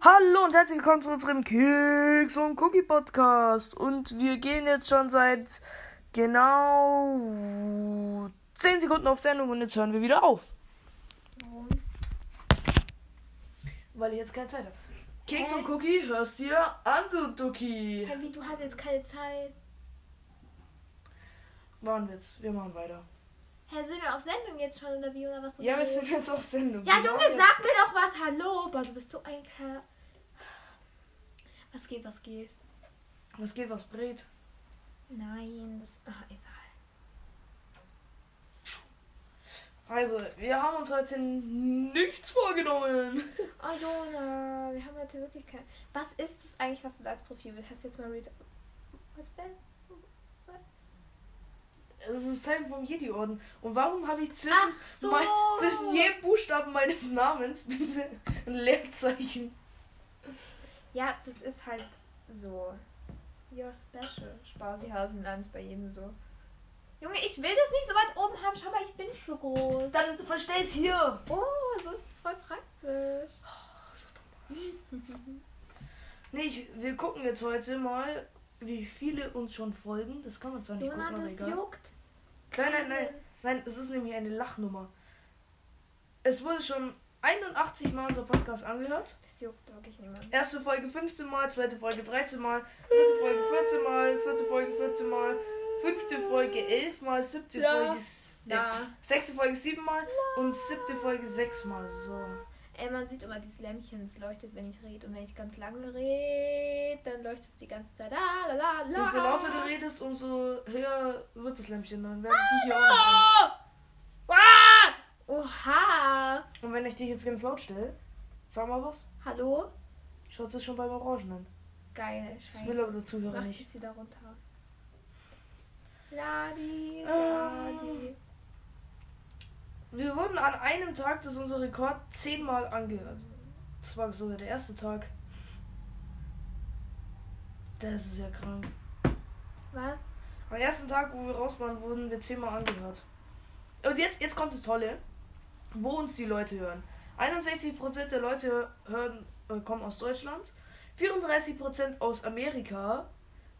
Hallo und herzlich willkommen zu unserem Keks und Cookie Podcast. Und wir gehen jetzt schon seit genau 10 Sekunden auf Sendung und jetzt hören wir wieder auf. Warum? Weil ich jetzt keine Zeit habe. Keks Hä? und Cookie hörst dir an, du Ducky. Hey, wie, du hast jetzt keine Zeit. War ein Witz, wir machen weiter. Hä, sind wir auf Sendung jetzt schon oder wie oder was? Ja, oder wir wie? sind jetzt auf Sendung. Ja, Wir Junge, machen sag mir doch was. Hallo, boah, du bist so ein Kerl. Was geht, was geht? jetzt- Was geht, was brät? Nein, das, ach, egal. Also, wir haben uns heute nichts vorgenommen. Oh, Jona, wir haben heute wirklich kein... Was ist das eigentlich, was du da als Profil willst? Hast du jetzt mal... Read was denn? Es ist Zeichen vom Jedi-Orden. Und warum habe ich zwischen, Ach so. mein, zwischen jedem Buchstaben meines Namens bitte ein Leerzeichen? Ja, das ist halt so. You're special. Spasihausen lernt bei jedem so. Junge, ich will das nicht so weit oben haben. Schau mal, ich bin nicht so groß. Dann verstell es hier. Oh, so ist es voll praktisch. Nee, ich, wir gucken jetzt heute mal, wie viele uns schon folgen. Das kann man zwar nicht Jonah, gucken, aber das egal. juckt. Nein, nein, nein. Nein, es ist nämlich eine Lachnummer. Es wurde schon 81 Mal unser Podcast angehört. Das juckt wirklich niemand. Erste Folge 15 Mal, zweite Folge 13 Mal, dritte Folge 14 Mal, vierte Folge 14 Mal, fünfte Folge 11 Mal, siebte Ja. Folge. s- Ja. Äh, sechste Folge 7 Mal und siebte Folge 6 Mal. So. Ey, man sieht immer dieses Lämpchen, es leuchtet, wenn ich rede. Und wenn ich ganz lange rede, dann leuchtet es die ganze Zeit. Ah, La, la, la, la. Umso lauter du redest, umso höher wird das Lämpchen. Dann werde Ah, ich dich hier auch noch an. Oh! Ah! Oha! Und wenn ich dich jetzt ganz laut stelle, sag mal was. Hallo? Schaut es schon beim Orangen an. Geil. Das Scheiße. will aber der Zuhörer Mach nicht. jetzt wieder runter. Ladi, Ah. ladi. Wir wurden an einem Tag, das ist unser Rekord, 10 Mal angehört. Das war sogar der erste Tag. Das ist ja krank. Was? Am ersten Tag, wo wir raus waren, wurden wir zehnmal angehört. Und jetzt, jetzt kommt das Tolle, wo uns die Leute hören. 61% der Leute hören, äh, kommen aus Deutschland, 34% aus Amerika,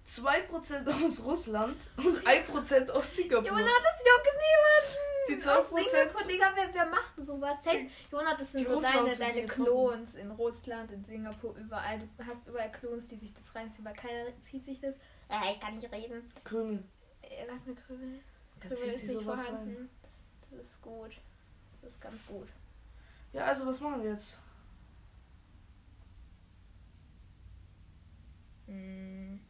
2% aus Russland und 1% aus Singapur. Jonah, das juckt niemanden. Die Aus 12%. Singapur, Digga, wer, wer macht sowas? Hey, Jonah, das Die sind so Russen haben deine, zu viel deine getroffen. Klons in Russland, in Singapur, überall. Du hast überall Klons, die sich das reinziehen, weil keiner zieht sich das. Äh, ich kann nicht reden. Krümel. Äh, was mit Krümel? Da Krümel zieht ist sie nicht sowas vorhanden. rein. Das ist gut. Das ist ganz gut. Ja, also was machen wir jetzt? Mm.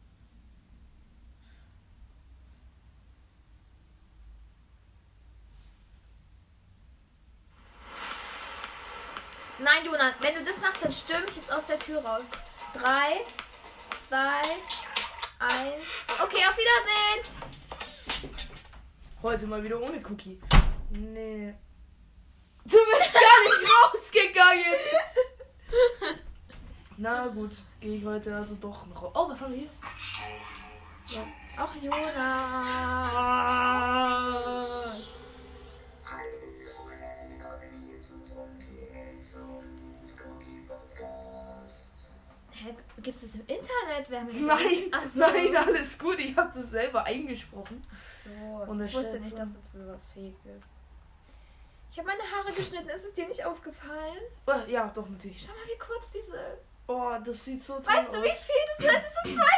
Nein, Jonas, wenn du das machst, dann stürm ich jetzt aus der Tür raus. Drei, zwei, eins. Okay, auf Wiedersehen. Heute mal wieder ohne Cookie. Nee. Du bist gar nicht rausgegangen. Na gut, gehe ich heute also doch noch. raus. Oh, was haben wir hier? Auch Jonas. Hä, gibt's das im Internet? Wir haben- Nein, Ach so. nein, alles gut. Ich habe das selber eingesprochen. So, Und ich wusste erstellt nicht, so. dass du zu sowas fähig bist. Ich habe meine Haare geschnitten, ist es dir nicht aufgefallen? Äh, ja, doch natürlich. Schau mal, wie kurz die sind. Oh, das sieht so toll Weißt du, wie aus. viel das sind? Das sind 2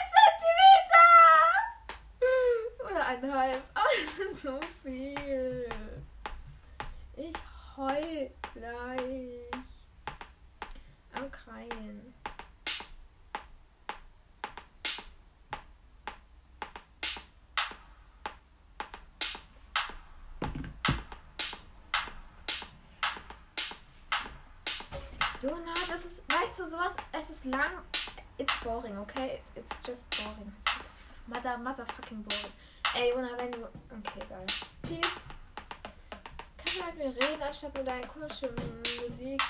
Zentimeter! Oder eineinhalb. Aber das ist so viel. Ich heul gleich. Am Kreien. Jona, das ist, weißt du, sowas, es ist lang. It's boring, okay? It's just boring. Es ist mother, motherfucking boring. Ey, Jona, wenn du. Okay, geil. Peace. Kannst du halt mit mir reden, anstatt nur deine komische Musik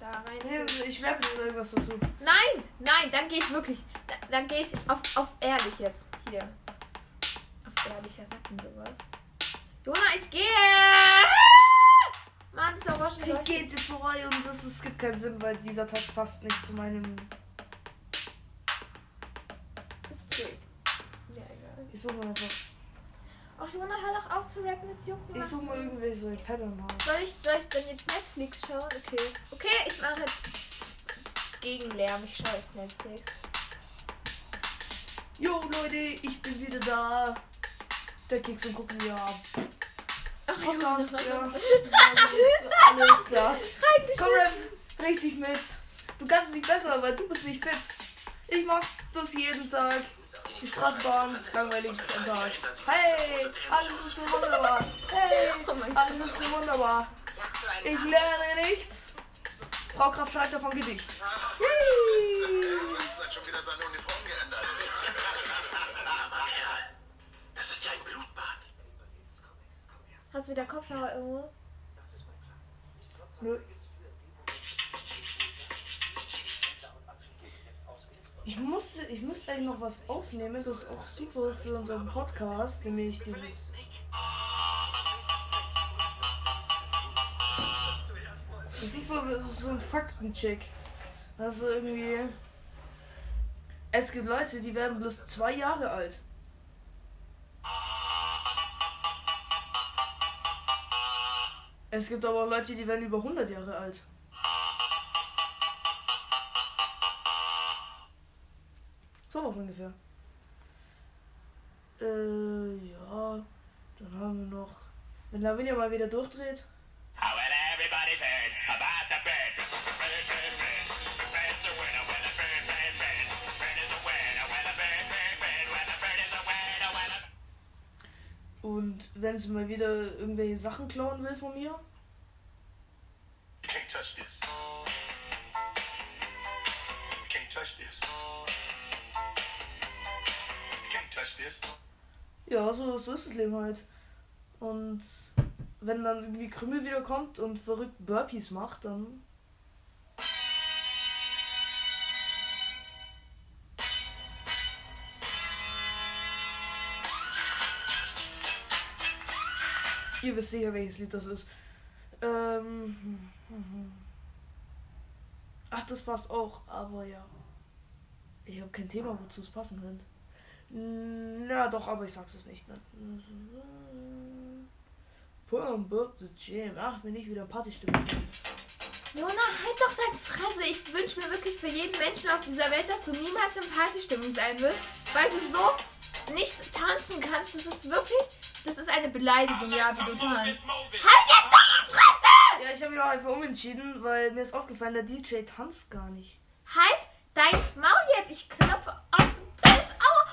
da rein zu- Nee, also ich werfe jetzt irgendwas dazu. Nein, nein, dann gehe ich wirklich. Da, dann gehe ich auf, auf ehrlich jetzt. Hier. Auf ehrlich, wer sagt denn sowas? Jona, ich gehe! Mann, das Orange Sie geht jetzt vorbei und das, es gibt keinen Sinn, weil dieser Tag passt nicht zu meinem. Ist gut. Ja, egal. Ich suche mir einfach. Ach, Jona, hör doch auf zu rappen, es juckt Ich niemand. suche mir irgendwelche Pattern raus. Soll ich, soll ich dann jetzt Netflix schauen? Okay. Okay, ich mache jetzt Gegenlärm. Ich schaue jetzt Netflix. Jo Leute, ich bin wieder da. Der Keks und gucken wir ab. Ach, Podcast, Jona. ja. Alles klar. Rein Komm, geschnitten. Rem, richtig mit. Du kannst es nicht besser, weil du bist nicht fit. Ich mach das jeden Tag. Die Straßenbahn ist langweilig am Tag. Hey, alles ist so wunderbar. Hey, Oh mein Gott. alles ist so wunderbar. Ich lerne nichts. Frau Kraft Schalter vom Gedicht. Yay. hat schon wieder seine Uniform geändert. Das ist ja ein Blutbad. Hast du wieder Kopfhörer irgendwo? Nö. Ich musste, ich müsste eigentlich noch was aufnehmen, das ist auch super für unseren Podcast, nämlich dieses. Das ist so, das ist so ein Faktencheck. Also irgendwie. Es gibt Leute, die werden bloß zwei Jahre alt. Es gibt aber auch Leute, die werden über 100 Jahre alt. So was ungefähr. Äh, ja. Dann haben wir noch. Wenn Lavinia mal wieder durchdreht. Oh, well, everybody's heard about the bird. Bird, bird, bird. Bird's a winner, well, a bird, bird, bird. Bird is a winner, well, a bird, bird, bird. Well, a bird is a winner, well, a Und wenn sie mal wieder irgendwelche Sachen klauen will von mir. Can't touch this. Can't touch this. Can't touch this. Ja, so, so ist das Leben halt. Und wenn dann irgendwie Krümel wieder kommt und verrückt Burpees macht, dann. Ihr wisst sicher, welches Lied das ist. Ähm. Ach, das passt auch, aber ja. Ich habe kein Thema, wozu es passen könnte. Na doch, aber ich sag's es nicht. Ne? Pump up um, the gym. Ach, wenn ich wieder Partystimme bin. Jona, halt doch deine Fresse. Ich wünsche mir wirklich für jeden Menschen auf dieser Welt, dass du niemals in Partystimmung sein wirst, weil du so nicht tanzen kannst. Das ist wirklich, das ist eine Beleidigung, ja, wie du tanzt. Halt jetzt deine Fresse! Ja, ich habe mich auch einfach umentschieden, weil mir ist aufgefallen, der DJ tanzt gar nicht. Halt dein Maul jetzt. Ich klopfe auf den Tisch. Aua.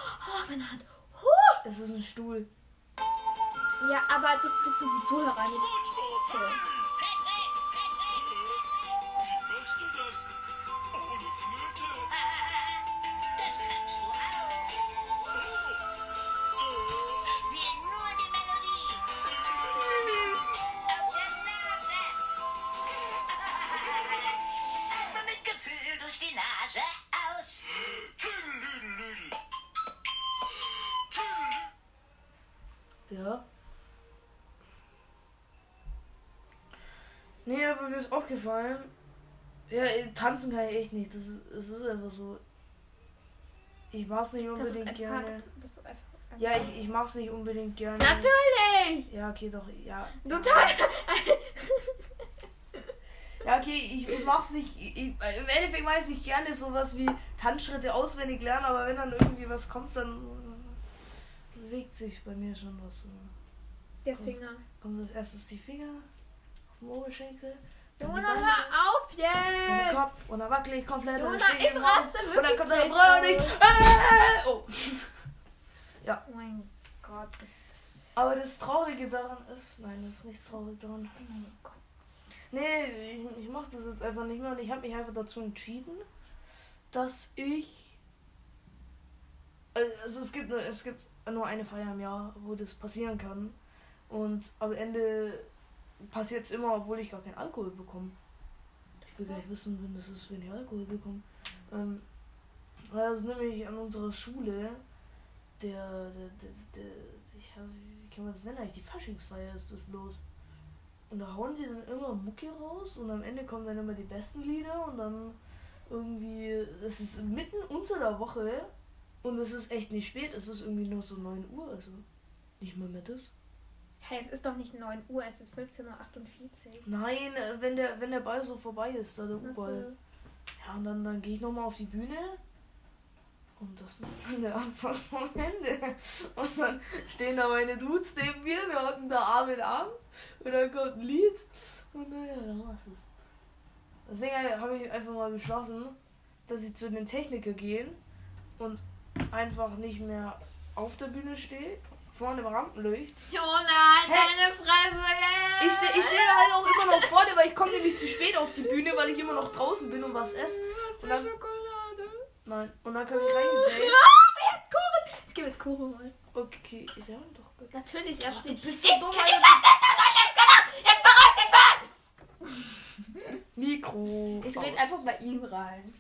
Oh, meine Hand. Huh. Es ist ein Stuhl. Ja, aber das wissen die Zuhörer nicht. So. Wie machst du das? Ohne Flöte? Das kannst du auch. Spiel nur die Melodie. Auf der Nase. Atme mit Gefühl durch die Nase aus. Tüdelüdelüdel. Ja. Nee, aber mir ist aufgefallen. Ja, eh, tanzen kann ich echt nicht. Das ist, es ist einfach so. Ich mach's nicht Das ist unbedingt einfach, gerne. das ist einfach Ja, ich, ich mach's nicht unbedingt gerne. Natürlich. Ja, okay, doch, ja. Du tanzt. Ja, okay, ich, ich mach's nicht. Ich, ich, Im Endeffekt weiß ich gerne sowas wie Tanzschritte auswendig lernen, aber wenn dann irgendwie was kommt, dann äh, bewegt sich bei mir schon was. Der Finger. Kommt als erstes die Finger auf den Oberschenkel, dann die Jona, Beine, hör auf dann der jetzt. Kopf und dann wackel ich komplett und Jona, dann stehe ich ich immer auf. raste Und dann wirklich kommt der gleich Frau und ich. Äh, aus. oh. Oh mein Gott. Aber das Traurige daran ist. Nein, das ist nichts traurig daran. Oh mein Gott. Nee, ich, ich mach das jetzt einfach nicht mehr und ich habe mich einfach dazu entschieden, dass ich. Also es gibt, nur- es gibt nur eine Feier im Jahr, wo das passieren kann. Und am Ende passiert es immer, obwohl ich gar keinen Alkohol bekomme. Ich will gleich wissen, wenn das ist, wenn ich Alkohol bekomme. Ähm, weil das ist nämlich an unserer Schule der, der, der, der ich hab, wie kann man das nennen eigentlich? Die Faschingsfeier ist das bloß. Und da hauen die dann immer Mucki raus und am Ende kommen dann immer die besten Lieder und dann irgendwie, das ist mitten unter der Woche und es ist echt nicht spät, es ist irgendwie nur so 9 Uhr, also nicht mal mehr das. Hey, es ist doch nicht 9 Uhr, es ist 15.48 Uhr. Nein, äh, wenn der, wenn der Ball so vorbei ist, da der U-Ball. Also, Ja, und dann, dann gehe ich nochmal auf die Bühne. Und das ist dann der Anfang vom Ende. Und dann stehen da meine Dudes neben mir, wir hocken da Arm in Arm. Und dann kommt ein Lied. Und naja, dann war's es. Deswegen habe halt, ich einfach mal beschlossen, dass ich zu den Techniker gehen und einfach nicht mehr auf der Bühne stehe, vorne im Rampenlicht, Jonah, Hä? halt deine Fresse! ich, ste- ich stehe halt auch immer noch vorne, weil ich komme nämlich zu spät auf die Bühne, weil ich immer noch draußen bin und was esse. Hast du Und dann- Schokolade? Nein. Und dann komme ich reingedreht. Ah, ihr habt Kuchen! Ich gebe jetzt Kuchen holen. Okay, wir haben doch gut. Natürlich, ich hab du den. bist ich, so ich dumm, hab das, das Alter. soll jetzt genau! Jetzt bereit dich mal! Mikro. Ich red aus. einfach bei ihm rein.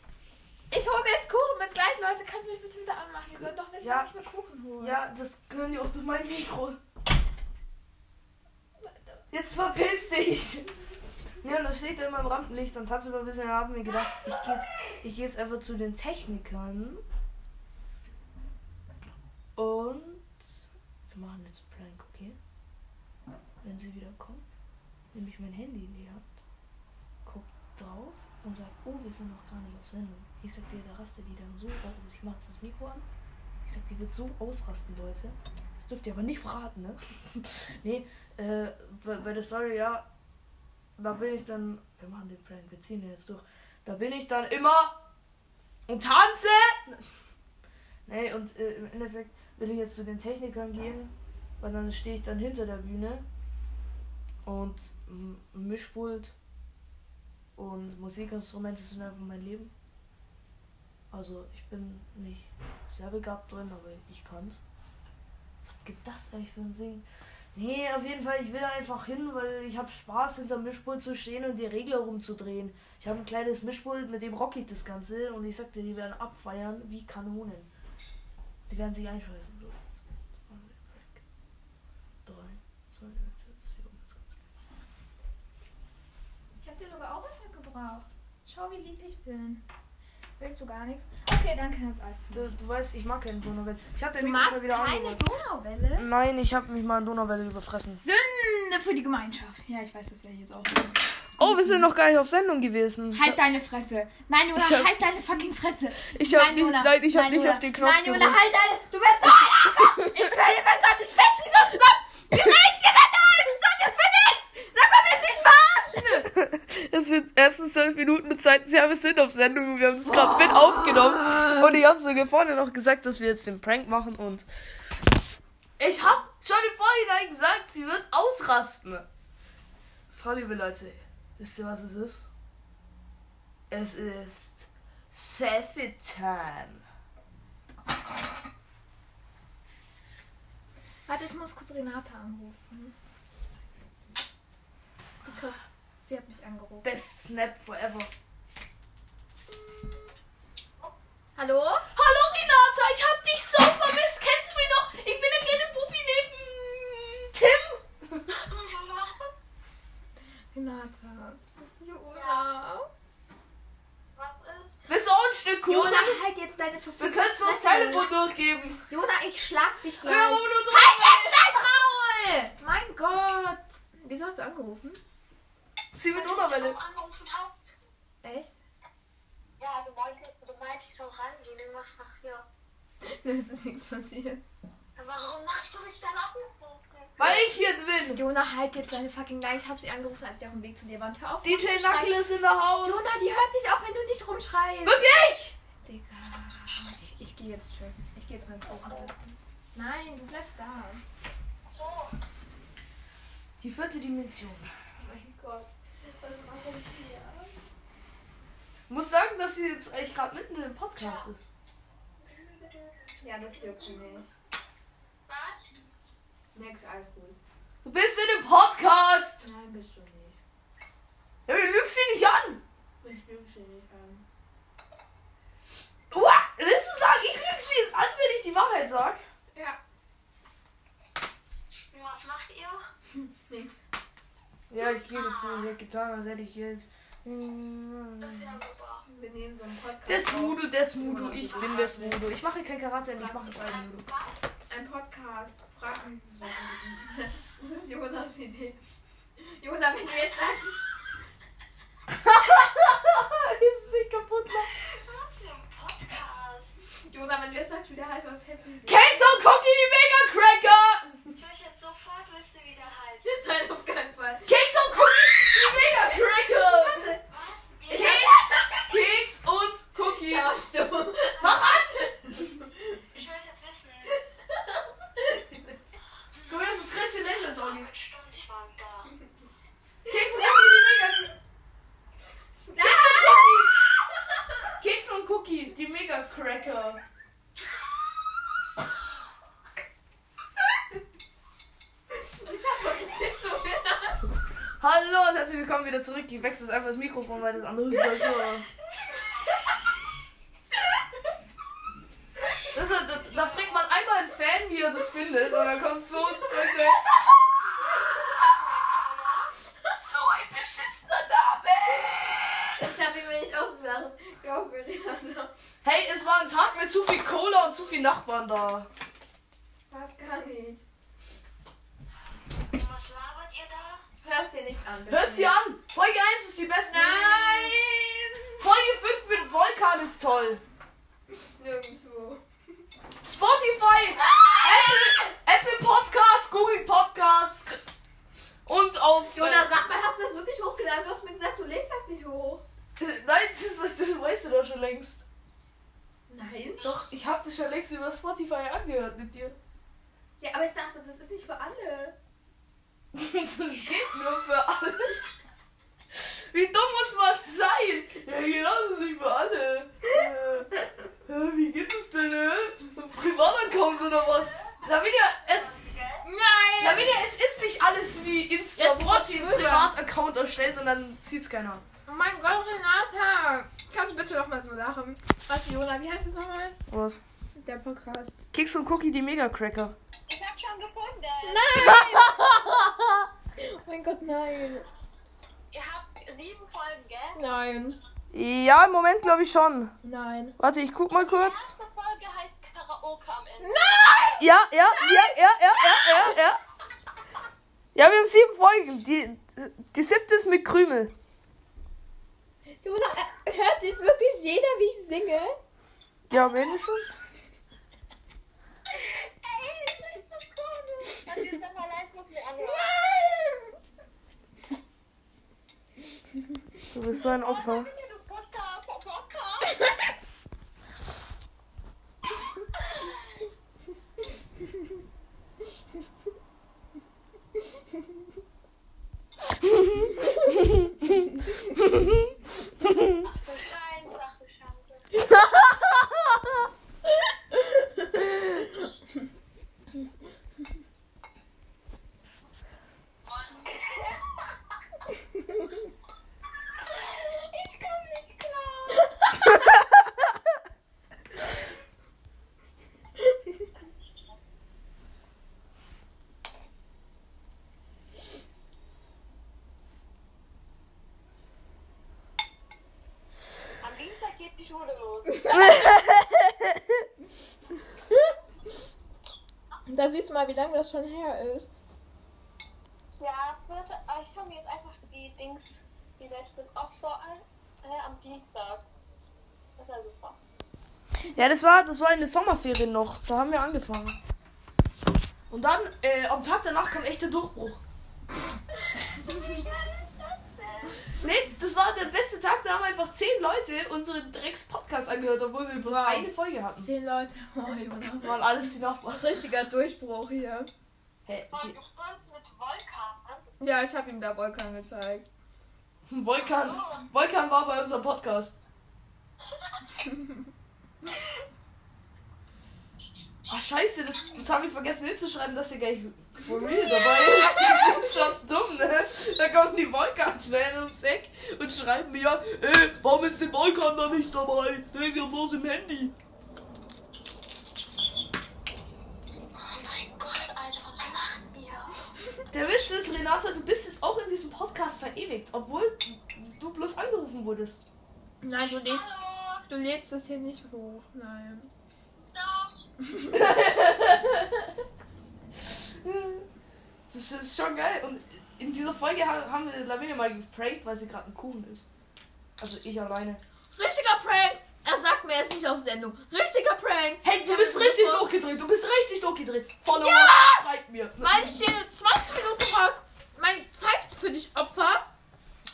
Ich hole mir jetzt Kuchen. Bis gleich, Leute. Kannst du mich bitte wieder anmachen? Ihr sollt doch wissen, Ja. dass ich mir Kuchen hole. Ja, das können die auch durch mein Mikro. Jetzt verpiss dich! Ja, und da steht er immer im Rampenlicht und hat über ein bisschen haben mir gedacht, ich gehe jetzt, ich geh jetzt einfach zu den Technikern. Und wir machen jetzt einen Prank, okay? Wenn sie wieder kommt, nehme ich mein Handy in die Hand, guck drauf und sag, oh, wir sind noch gar nicht auf Sendung. Ich sag dir, da rastet die dann so aus. Ich mach jetzt das Mikro an. Ich sag, die wird so ausrasten, Leute. Das dürft ihr aber nicht verraten, ne? nee, äh, bei, bei der Story, ja, da bin ich dann. Wir machen den Prank, wir ziehen den jetzt durch. Da bin ich dann immer und tanze! Nee, und äh, im Endeffekt will ich jetzt zu den Technikern gehen, weil dann stehe ich dann hinter der Bühne und m- Mischpult und Musikinstrumente sind einfach mein Leben. Also ich bin nicht sehr begabt drin, aber ich kann's. Was gibt das eigentlich für ein Singen? Nee, auf jeden Fall, ich will da einfach hin, weil ich habe Spaß, hinterm Mischpult zu stehen und die Regler rumzudrehen. Ich habe ein kleines Mischpult, mit dem rock ich das Ganze und ich sagte, die werden abfeiern wie Kanonen. Die werden sich einscheißen. So. Jetzt machen wir Break. Drei, zwei, eins, jetzt hier oben ist ganz gut. Ich hab dir sogar auch was mitgebracht. Schau, wie lieb ich bin. Willst du gar nichts? Okay, danke, das ist alles für Du, mich. du weißt, ich mag keinen Donauwelle. Ich habe Du den magst Mikrofon wieder keine angemacht. Donauwelle? Nein, ich habe mich mal in Donauwelle überfressen. Sünde für die Gemeinschaft. Ja, ich weiß, das werde ich jetzt auch machen. Oh, wir sind noch gar nicht auf Sendung gewesen. Halt deine Fresse. Nein, Jonah, Ich hab- halt deine fucking Fresse. Ich hab Nein, nicht- Jonah. nein, ich hab nicht Jonah. auf den Knopf Nein, Jonah, gedrückt. halt deine... Du bist so ein Arschloch. Ich schwöre dir bei Gott, ich fetz dich so zusammen. Wir reden hier seit einer halben Stunde für nichts. Sag mal, willst du mich verarschen? Es sind erstens zwölf Minuten und zweitens, ja, wir sind auf Sendung und wir haben es gerade mit aufgenommen. Und ich habe sogar vorne noch gesagt, dass wir jetzt den Prank machen und. Ich habe schon im Vorhinein gesagt, sie wird ausrasten. So, liebe Leute, wisst ihr, was es ist? Es ist. Sessitan. Warte, ich muss kurz Renate anrufen. Because sie hat mich angerufen. Best Snap forever. Hallo? Hallo Renata, ich hab dich so vermisst. Kennst du mich noch? Ich bin der kleine Pupi neben Tim. Renate, das ist Jona. Bist du auch ein Stück Kuchen? Jona, halt jetzt deine Wir verfickte können es noch das Fresse. Telefon durchgeben. Jona, ich schlag dich gleich. Wir haben aber nur drei. Halt jetzt dein Maul! Mein Gott. Wieso hast du angerufen? Sie mit Weil du Donauwelle. auch angerufen hast. Echt? Ja, du wolltest, du meintest, ich soll rangehen, irgendwas nach hier. Nö, es ist nichts passiert. Warum hast du mich dann angerufen? Weil ich hier bin. Jona, halt jetzt deine fucking Nein. Ich hab sie angerufen, als ich auf dem Weg zu dir war. Hör auf. DJ rumzuschreien. Knuckle ist in der Haus. Jona, die hört dich auch, wenn du nicht rumschreist. Wirklich? Digga, ich, ich gehe jetzt tschüss. Ich gehe jetzt meinen Kuchen essen. Nein, du bleibst da. So, Die vierte Dimension. Oh mein Gott, was mache ich hier? muss sagen, dass sie jetzt eigentlich gerade mitten im Podcast ist. Ja, das juckt mich nicht. was? Merkst du alles gut? Du bist in dem Podcast. Nein, bist du nicht. Ja, du lügst sie nicht an. Ich lüge dich nicht an. Uah, willst du sagen, ich lüge sie jetzt an, wenn ich die Wahrheit sag? Ja, Was macht ihr? nix. Ja, Oder ich gebe zu, ich hätte getan, als hätte ich jetzt. Mhm. Wir nehmen so einen Podcast. Desmudo, Desmudo, ich bin Desmudo. Ich mache kein Karate, ich mache Judo. Ein Podcast. Frag mich so. Das ist Jonas Idee. Jonas, wenn du jetzt sagst. Ist es nicht kaputt ne? macht. Jonas, wenn du jetzt sagst, wie der heißt, dann fällt mir die- Kenzo Cookie Mega Cracker! Ich möchte jetzt sofort wissen, wie der heißt. Nein, auf keinen Fall. Kenzo Cookie Mega Cracker! Warte. Keks, Keks und Cookie. Ich war stumm. Mach an! Ich will es jetzt wissen. Guck mal, das ist Christian Lester ins Auge. Mit Stummschwagen da. Keks und Cookie, die Mega Nein! Keks und Cookie, die Mega Cracker. Ich hab uns nicht so gedacht. Hallo und herzlich willkommen wieder zurück. Ich wechsle jetzt einfach das Mikrofon, weil das andere ist besser. Das, ist- da, da fragt man einmal einen Fan, wie er das findet, und dann kommt so ein Zöcke. So ein beschissener Name! Ich hab ihn mir nicht ausgedacht. Glaub mir, Rihanna. Hey, es war ein Tag mit zu viel Cola und zu viel Nachbarn da. Passt gar nicht. Und was labert ihr da? Hörst dir nicht an. bitte. Hörst dir an! Folge 1 ist die beste. Nein! Folge 5 mit Vulkan ist toll. Nirgendwo. Spotify, Ah! Apple, Apple Podcast, Google Podcast und auf. äh, Jonas, sag mal, hast du das wirklich hochgeladen? Du hast mir gesagt, du lädst das nicht hoch. Äh, Nein, das, ist, das weißt du doch schon längst. Nein. Doch, ich hab dich schon längst über Spotify angehört mit dir. Ja, aber ich dachte, das ist nicht für alle. Das geht nur für alle. Wie dumm muss man sein? Ja, genau, das ist nicht für alle. Äh, äh, wie geht es denn? Äh? Ein Privataccount oder was? Lavinia, es, Nein! Lavinia, es ist nicht alles wie Insta, Jetzt wo man sich einen muss ich Privataccount erstellt und dann zieht's keiner. Oh mein Gott, Renata! Kannst du bitte nochmal so lachen? Warte, Jona, wie heißt es nochmal? Was? Der Podcast. Keks und Cookie, die Mega Cracker. Ich hab schon gefunden. Nein! oh mein Gott, nein. Ihr habt sieben Folgen, gell? Nein. Ja, im Moment glaube ich schon. Nein. Warte, ich guck mal Die kurz. erste Folge heißt Karaoke am Ende. Nein! Ja, ja, ja, ja, ja, ja, ja, ja. Ja, wir haben sieben Folgen. Die, die siebte ist mit Krümel. Jona, äh, hört jetzt wirklich jeder, wie ich singe? Ja, am Ende schon. Ey, das ist komisch. Das ist doch mal live noch mit anderen. Nein! Du bist so ein Opfer. Lavinia, du Butter, Popocka. Ach du Scheiße, ach du Scheiße. Ich komm nicht klar. Am Dienstag geht die Schule los. Da siehst du mal, wie lange das schon her ist. Ja, warte, aber ich schaue mir jetzt einfach die Dings, die letzten Opfer an, äh, am Dienstag. Das war super. Ja, das war, das war in den Sommerferien noch. Da haben wir angefangen. Und dann, äh, am Tag danach kam echt der Durchbruch. Nee, das war der beste Tag. Da haben einfach zehn Leute unseren Drecks-Podcast angehört, obwohl wir bloß Wow. eine Folge hatten. Zehn Leute. Oh, Jona. Waren alles die Nachbarn. Richtiger Durchbruch hier. Hä, Voll gespannt mit Volkan. Ja, ich habe ihm da Volkan gezeigt. die, Volkan, Volkan war bei unserem Podcast. Ach Oh, scheiße, das, das habe ich vergessen hinzuschreiben, dass er gleich for real dabei ist. Das ist schon dumm, ne? Da kommen die Volkans-Fans ums Eck und schreiben mir, äh, warum ist der Volkan da nicht dabei? Der ist ja bloß im Handy. Oh mein Gott, Alter, was macht ihr? Der Witz ist, Renata, du bist jetzt auch in diesem Podcast verewigt, obwohl du bloß angerufen wurdest. Nein, du lädst, Hallo, du lädst das hier nicht hoch. Nein. doch. Das ist schon geil. Und in dieser Folge ha- haben wir Lavinia mal geprankt, weil sie gerade ein Kuchen ist. Also ich alleine. Richtiger Prank! Er sagt mir, er ist nicht auf Sendung. Richtiger Prank! Hey, du Ja, bist das richtig war- durchgedreht, du bist richtig durchgedreht. Follower, Ja! schreib mir. Weil ich hier 20 Minuten lang meine Zeit für dich opfer.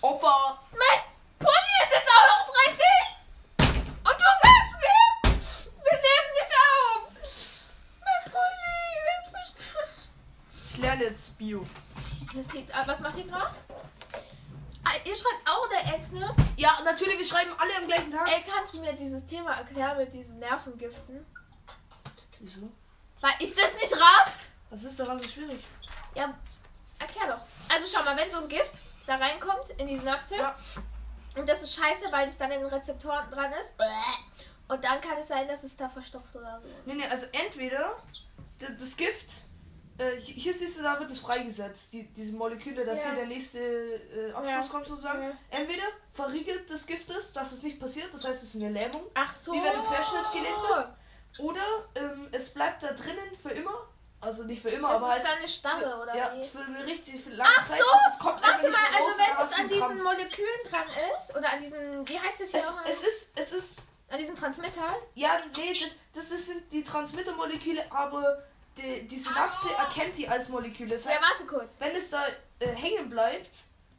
Opfer. Mein Pulli ist jetzt auch noch dreckig! Und du sagst mir, wir nehmen dich auf! Mein Pulli ist versch- Ich lerne jetzt Bio. Das liegt, ah, was macht ihr gerade? Ah, ihr schreibt auch in der Ex, ne? Ja, natürlich, wir schreiben alle am gleichen Tag. Ey, kannst du mir dieses Thema erklären mit diesem Nervengiften? Wieso? Weil ich das nicht raff? Was ist daran so schwierig? Ja, erklär doch. Also schau mal, wenn so ein Gift da reinkommt in die Synapse Ja. und das ist scheiße, weil es dann in den Rezeptoren dran ist. Und dann kann es sein, dass es da verstopft oder so. Nee, nee, also entweder d- das Gift, äh, hi- hier siehst du, da wird es freigesetzt, die, diese Moleküle, dass Ja. hier der nächste äh, Abschuss Ja. kommt sozusagen. Ja. Entweder verriegelt das Gift ist, dass es nicht passiert, das heißt, es ist eine Lähmung, Ach so. wie wenn du querschnittsgelähmt bist. Oder ähm, es bleibt da drinnen für immer, also nicht für immer, Das aber ist halt dann eine Starre oder ja, wie? für eine richtig für lange Ach Zeit. so, also es kommt einfach warte nicht mal, mehr raus, also und dann wenn es hast du an einen diesen Krampf. Molekülen dran ist oder an diesen, wie heißt das hier nochmal? es, es ist, es ist An diesen Transmitter? Ja, nee, das, das ist- sind die Transmittermoleküle, aber die, die Synapse erkennt die als Moleküle. Das Ah. Ja, heißt, warte kurz. wenn es da äh, hängen bleibt,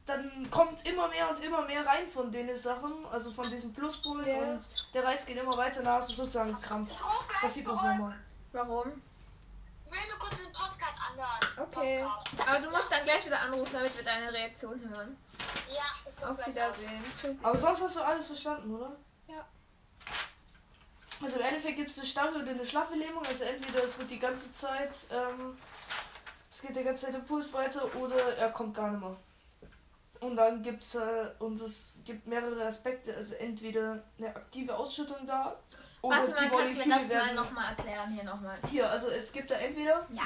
dann kommt immer mehr und immer mehr rein von den Sachen, also von diesen Pluspolen Ja. und der Reiz geht immer weiter nach, es ist sozusagen Krampf. Das sieht man nochmal. Warum? Ich will mir kurz den Podcast anhören. Okay. Aber du musst dann gleich wieder anrufen, damit wir deine Reaktion hören. Ja, ich guck Auf gleich Wiedersehen. Tschüss. Aber sonst hast du alles verstanden, oder? Ja. Also im Endeffekt gibt es eine starre oder eine schlaffe Lähmung. Also entweder es wird die ganze Zeit, ähm, es geht die ganze Zeit der Puls weiter oder er kommt gar nicht mehr. Und dann gibt es, äh, und es gibt mehrere Aspekte. Also entweder eine aktive Ausschüttung da oder Warte mal, die kannst du mir das Moleküle mal werden. nochmal erklären? Hier nochmal. Hier, also es gibt da entweder Ja.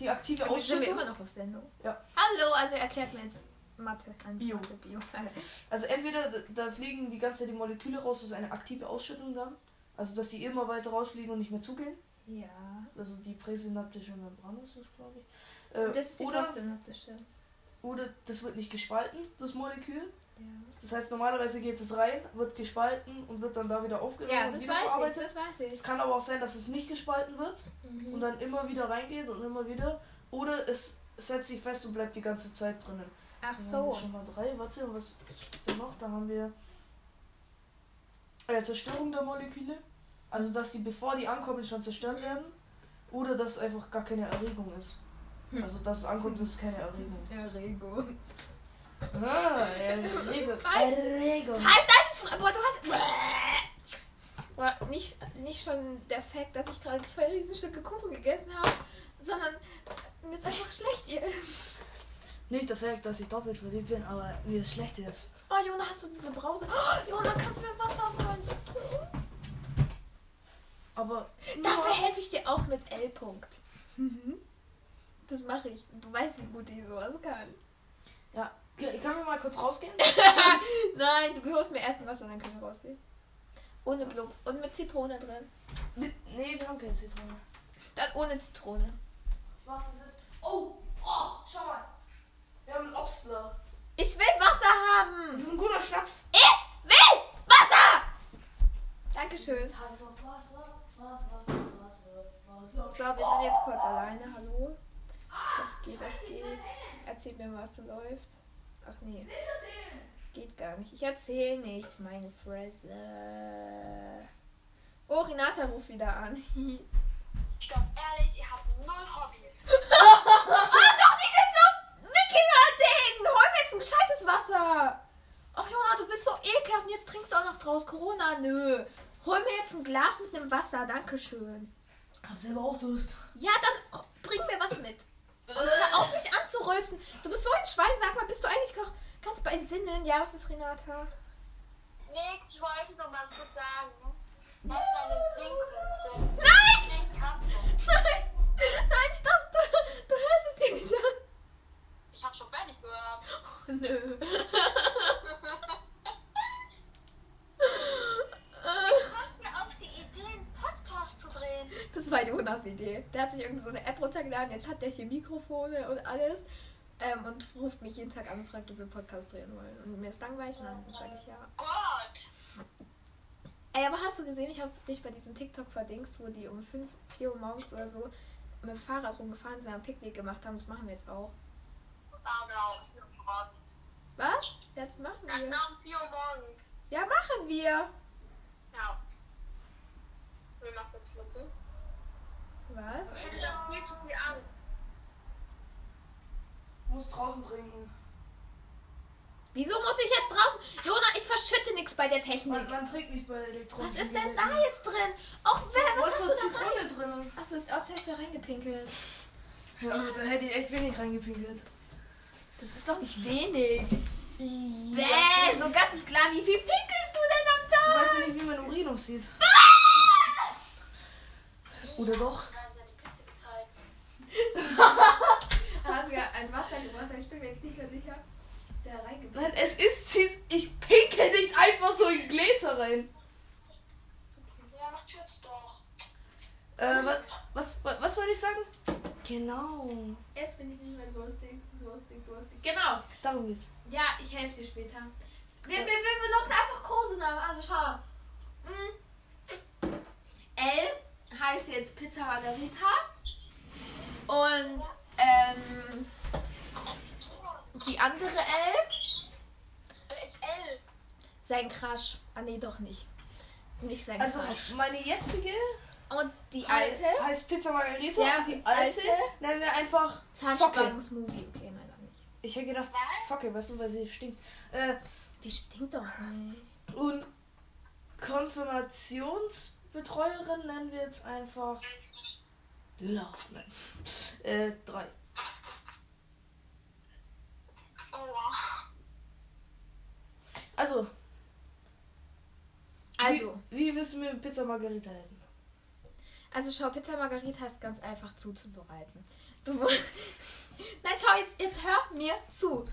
die aktive Wir sind wir Ausschüttung. immer noch auf Sendung. Ja. Hallo, also erklärt mir jetzt Mathe. Nein, Bio. Mathe, Bio. Also entweder da- da fliegen die ganze Zeit die Moleküle raus, das ist eine aktive Ausschüttung dann. Also dass die immer weiter rausfliegen und nicht mehr zugehen. Ja. Also die präsynaptische Membran ist es, glaube ich. Äh, Das ist die oder, postsynaptische. oder das wird nicht gespalten, das Molekül. Das heißt, normalerweise geht es rein, wird gespalten und wird dann da wieder aufgenommen Ja, und das wieder weiß ich, Genau, verarbeitet. Mhm. das Mhm. weiß Es ich. kann aber auch sein, dass es nicht gespalten wird und dann immer wieder reingeht und immer wieder. Oder es setzt sich fest und bleibt die ganze Zeit drinnen. Ach Dann haben wir so. schon mal drei. Warte, und was steht da noch? Da haben wir äh, Zerstörung der Moleküle. Also, dass die, bevor die ankommen, schon zerstört werden. Oder dass einfach gar keine Erregung ist. Also, dass es ankommt, ist keine Erregung. Erregung. Ah, Erregung. Halt Erregung. dein Fre Boah, du hast. War nicht, nicht schon der Fakt, dass ich gerade zwei Riesenstücke Kuchen gegessen habe, sondern mir ist einfach schlecht hier. Nicht der Fakt, dass ich doppelt verliebt bin, aber mir ist schlecht jetzt. Oh, Jona, hast du diese Brause? Oh, Jona, kannst du mir Wasser holen? Aber. Dafür helfe ich dir auch mit L-Punkt. Mhm. Das mache ich. Du weißt, wie gut ich sowas kann. Ja, K- können wir mal kurz rausgehen? Nein, du holst mir erst ein Wasser, dann können wir rausgehen. Ohne Blub und mit Zitrone drin. Mit, nee, wir haben keine Zitrone. Dann ohne Zitrone. Was ist das? Oh, oh, schau mal. Wir haben einen Obstler. Ich will Wasser haben! Das ist ein guter Schnaps. Ich will Wasser! Dankeschön. So, wir sind jetzt kurz alleine. Hallo? Das geht, das geht. Erzähl mir mal, was so läuft. Ach nee. Geht gar nicht. Ich erzähl nichts, meine Fresse. Oh, Renata ruft wieder an. oh, Ich glaube ehrlich, ihr habt null Hobbys. doch nicht in so Wikinger-Ding! Hol mir jetzt ein gescheites Wasser! Ach Jona, du bist so ekelhaft und jetzt trinkst du auch noch draus Corona. Nö. Hol mir jetzt ein Glas mit einem Wasser. Dankeschön. Hab selber auch Durst. Ja, dann oh, bring mir was mit. Und hör auf mich anzurülpsen. Du bist so ein Schwein. Sag mal, bist du eigentlich noch ganz bei Sinnen? Ja, was ist Renata? Nix, ich wollte nur mal kurz sagen, was deine Singkünste Nein! nicht hast. Nein! Nein, stopp! Du, du hörst es dir nicht an. Oh, war Jonas Idee. Der hat sich irgend so eine App runtergeladen, jetzt hat der hier Mikrofone und alles. Ähm, und ruft mich jeden Tag an und fragt, ob wir Podcast drehen wollen. Und mir ist langweilig und dann sage ich ja. Gott! Ey, aber hast du gesehen, ich habe dich bei diesem TikTok verdingst, wo die um 5, 4 Uhr morgens oder so mit dem Fahrrad rumgefahren sind, am Picknick gemacht haben. Das machen wir jetzt auch. Ah, genau, um 4 Uhr morgens. Was? Jetzt machen Ja, wir. genau, um 4 Uhr morgens. Ja, machen wir. Ja. Wir machen jetzt Mucke. Was? Ich hätte da viel zu viel an. Muss draußen trinken. Wieso muss ich jetzt draußen? Jonah, ich verschütte nichts bei der Man, Technik. man trinkt nicht bei Elektronen. Was ist denn da jetzt drin? Och, wer, was hast Wolltest du da rein? Zitrone drin? Achso, ist aus, hast du reingepinkelt. Ja, da hätte ich echt wenig reingepinkelt. Das ist doch nicht wenig. Bäh, Bäh, so ganz ist klar, wie viel pinkelst du denn am Du Tag? weißt ja nicht, wie man Urin aussieht. Oder doch? Gerade seine Pizza gezeigt. Haben wir ein Wasser gebracht, ich bin mir jetzt nicht mehr sicher. Der reingebracht. Nein, es ist zit. Ich pinkel nicht einfach so in Gläser rein. Ja, mach Chips doch. Äh, was, was, wa- was wollte ich sagen? Genau. Jetzt bin ich nicht mehr so lustig, so lustig, durstig. Genau. Darum geht's. Ja, ich helfe dir später. Wir, wir, wir benutzen einfach Kosenamen. Also schau. Hm. L heißt jetzt Pizza Margarita. Und ähm, die andere L. Äh, Wer ist L? Sein Crush. Ah, nee, doch nicht. Nicht sein Also, Crush. meine jetzige Und die alte? hei- heißt Pizza Margarita Ja, und die die alte, alte. nennen wir einfach Socke. Zahnspangengs-Movie. Okay, nein, dann nicht. Ich hätte gedacht Socke, weißt du, weil sie stinkt. Äh, Die stinkt doch nicht. und Konfirmationsbetreuerin nennen wir jetzt einfach. Lila. Nein. Äh, drei. Oh, Aua. Also, Also, wie, wie wirst du mir mit Pizza Margarita helfen? also schau, Pizza Margarita ist ganz einfach zuzubereiten. Du mu- Nein, schau, jetzt, jetzt hör mir zu.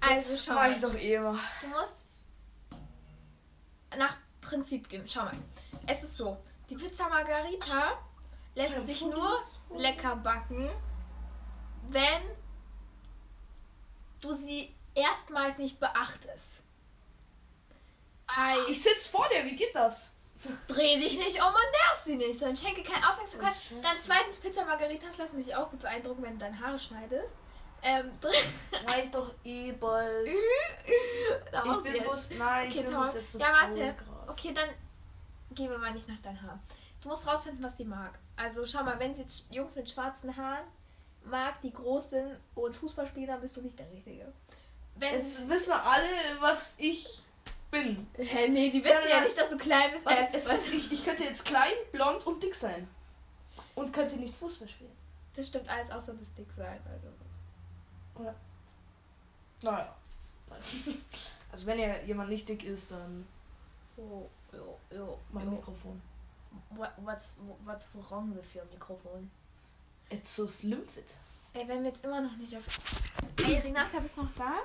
Also das schau mach mal. ich doch eh immer. Du musst nach Prinzip gehen. Schau mal. Es ist so, die Pizza Margarita lässt sich nur lecker backen, wenn du sie erstmals nicht beachtest. Heißt, Ich sitz vor dir, wie geht das? Dreh dich nicht um und nerv sie nicht, sondern schenke keine Aufmerksamkeit. Oh, Scheiße. Dann zweitens, Pizza Margaritas lassen sich auch gut beeindrucken, wenn du deine Haare schneidest. Ähm, dr- Reicht doch eh bald. Da Ich muss bin jetzt. bloß, nein, Okay, ich bin Tom. bloß jetzt so Ja, warte. voll krass. Okay, dann gehen wir mal nicht nach deinen Haaren. Du musst rausfinden, was die mag. Also schau mal, wenn sie sch- Jungs mit schwarzen Haaren mag, die groß sind und Fußballspieler, bist du nicht der Richtige. Wenn Jetzt wissen alle, was ich bin. Hä, nee, die wissen Nein, ja nein. nicht, dass du klein bist. Warte, äh, es was- ist, ich, ich könnte jetzt klein, blond und dick sein. Und könnte nicht Fußball spielen. das stimmt alles außer das Dick sein. Also. Naja. Also wenn ja jemand nicht dick ist, dann Oh, jo, jo, mein jo. Mikrofon. What, what's, what's wrong with your Mikrofon? It's so slim fit. Ey, wenn wir jetzt immer noch nicht auf. Ey, Renata, bist du noch da?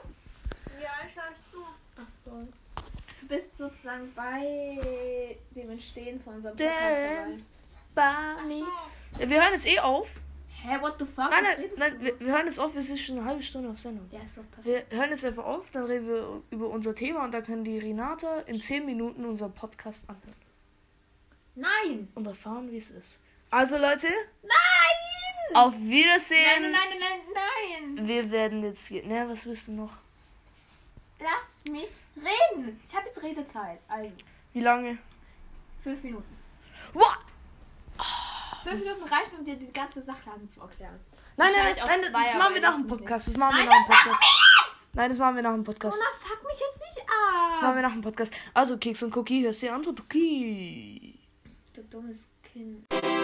Ja, ich sag du. Ach so. Du bist sozusagen bei dem Entstehen von unserem Podcast dabei. Dance. Barney. Wir hören jetzt eh auf. Hä, what the fuck? Nein, Was nein, redest nein du? wir, wir hören jetzt auf. Wir sind schon eine halbe Stunde auf Sendung. Ja, ist doch perfekt. Wir hören jetzt einfach auf, dann reden wir über unser Thema und dann können die Renata in 10 Minuten unseren Podcast anhören Nein! und erfahren, wie es ist. Also Leute, Nein! auf Wiedersehen. Nein, nein, nein, nein, nein! Wir werden jetzt. ge- Na, was willst du noch? Lass mich reden! Ich habe jetzt Redezeit. Also, Wie lange? fünf Minuten. What? Fünf Minuten reichen, um dir die ganze Sachlage zu erklären. Nein, nein, Wahrscheinlich nein, auch nein das machen zwei, wir aber nach dem irgendwie Podcast. Das machen wir Nein, nach dem das machen Podcast. Nein, das machen wir nach dem Podcast. Mona, fuck mich jetzt nicht Das machen ab! wir nach dem Podcast. Also, Keks und Cookie, hörst du die Antwort? Cookie. Du dummes Kind.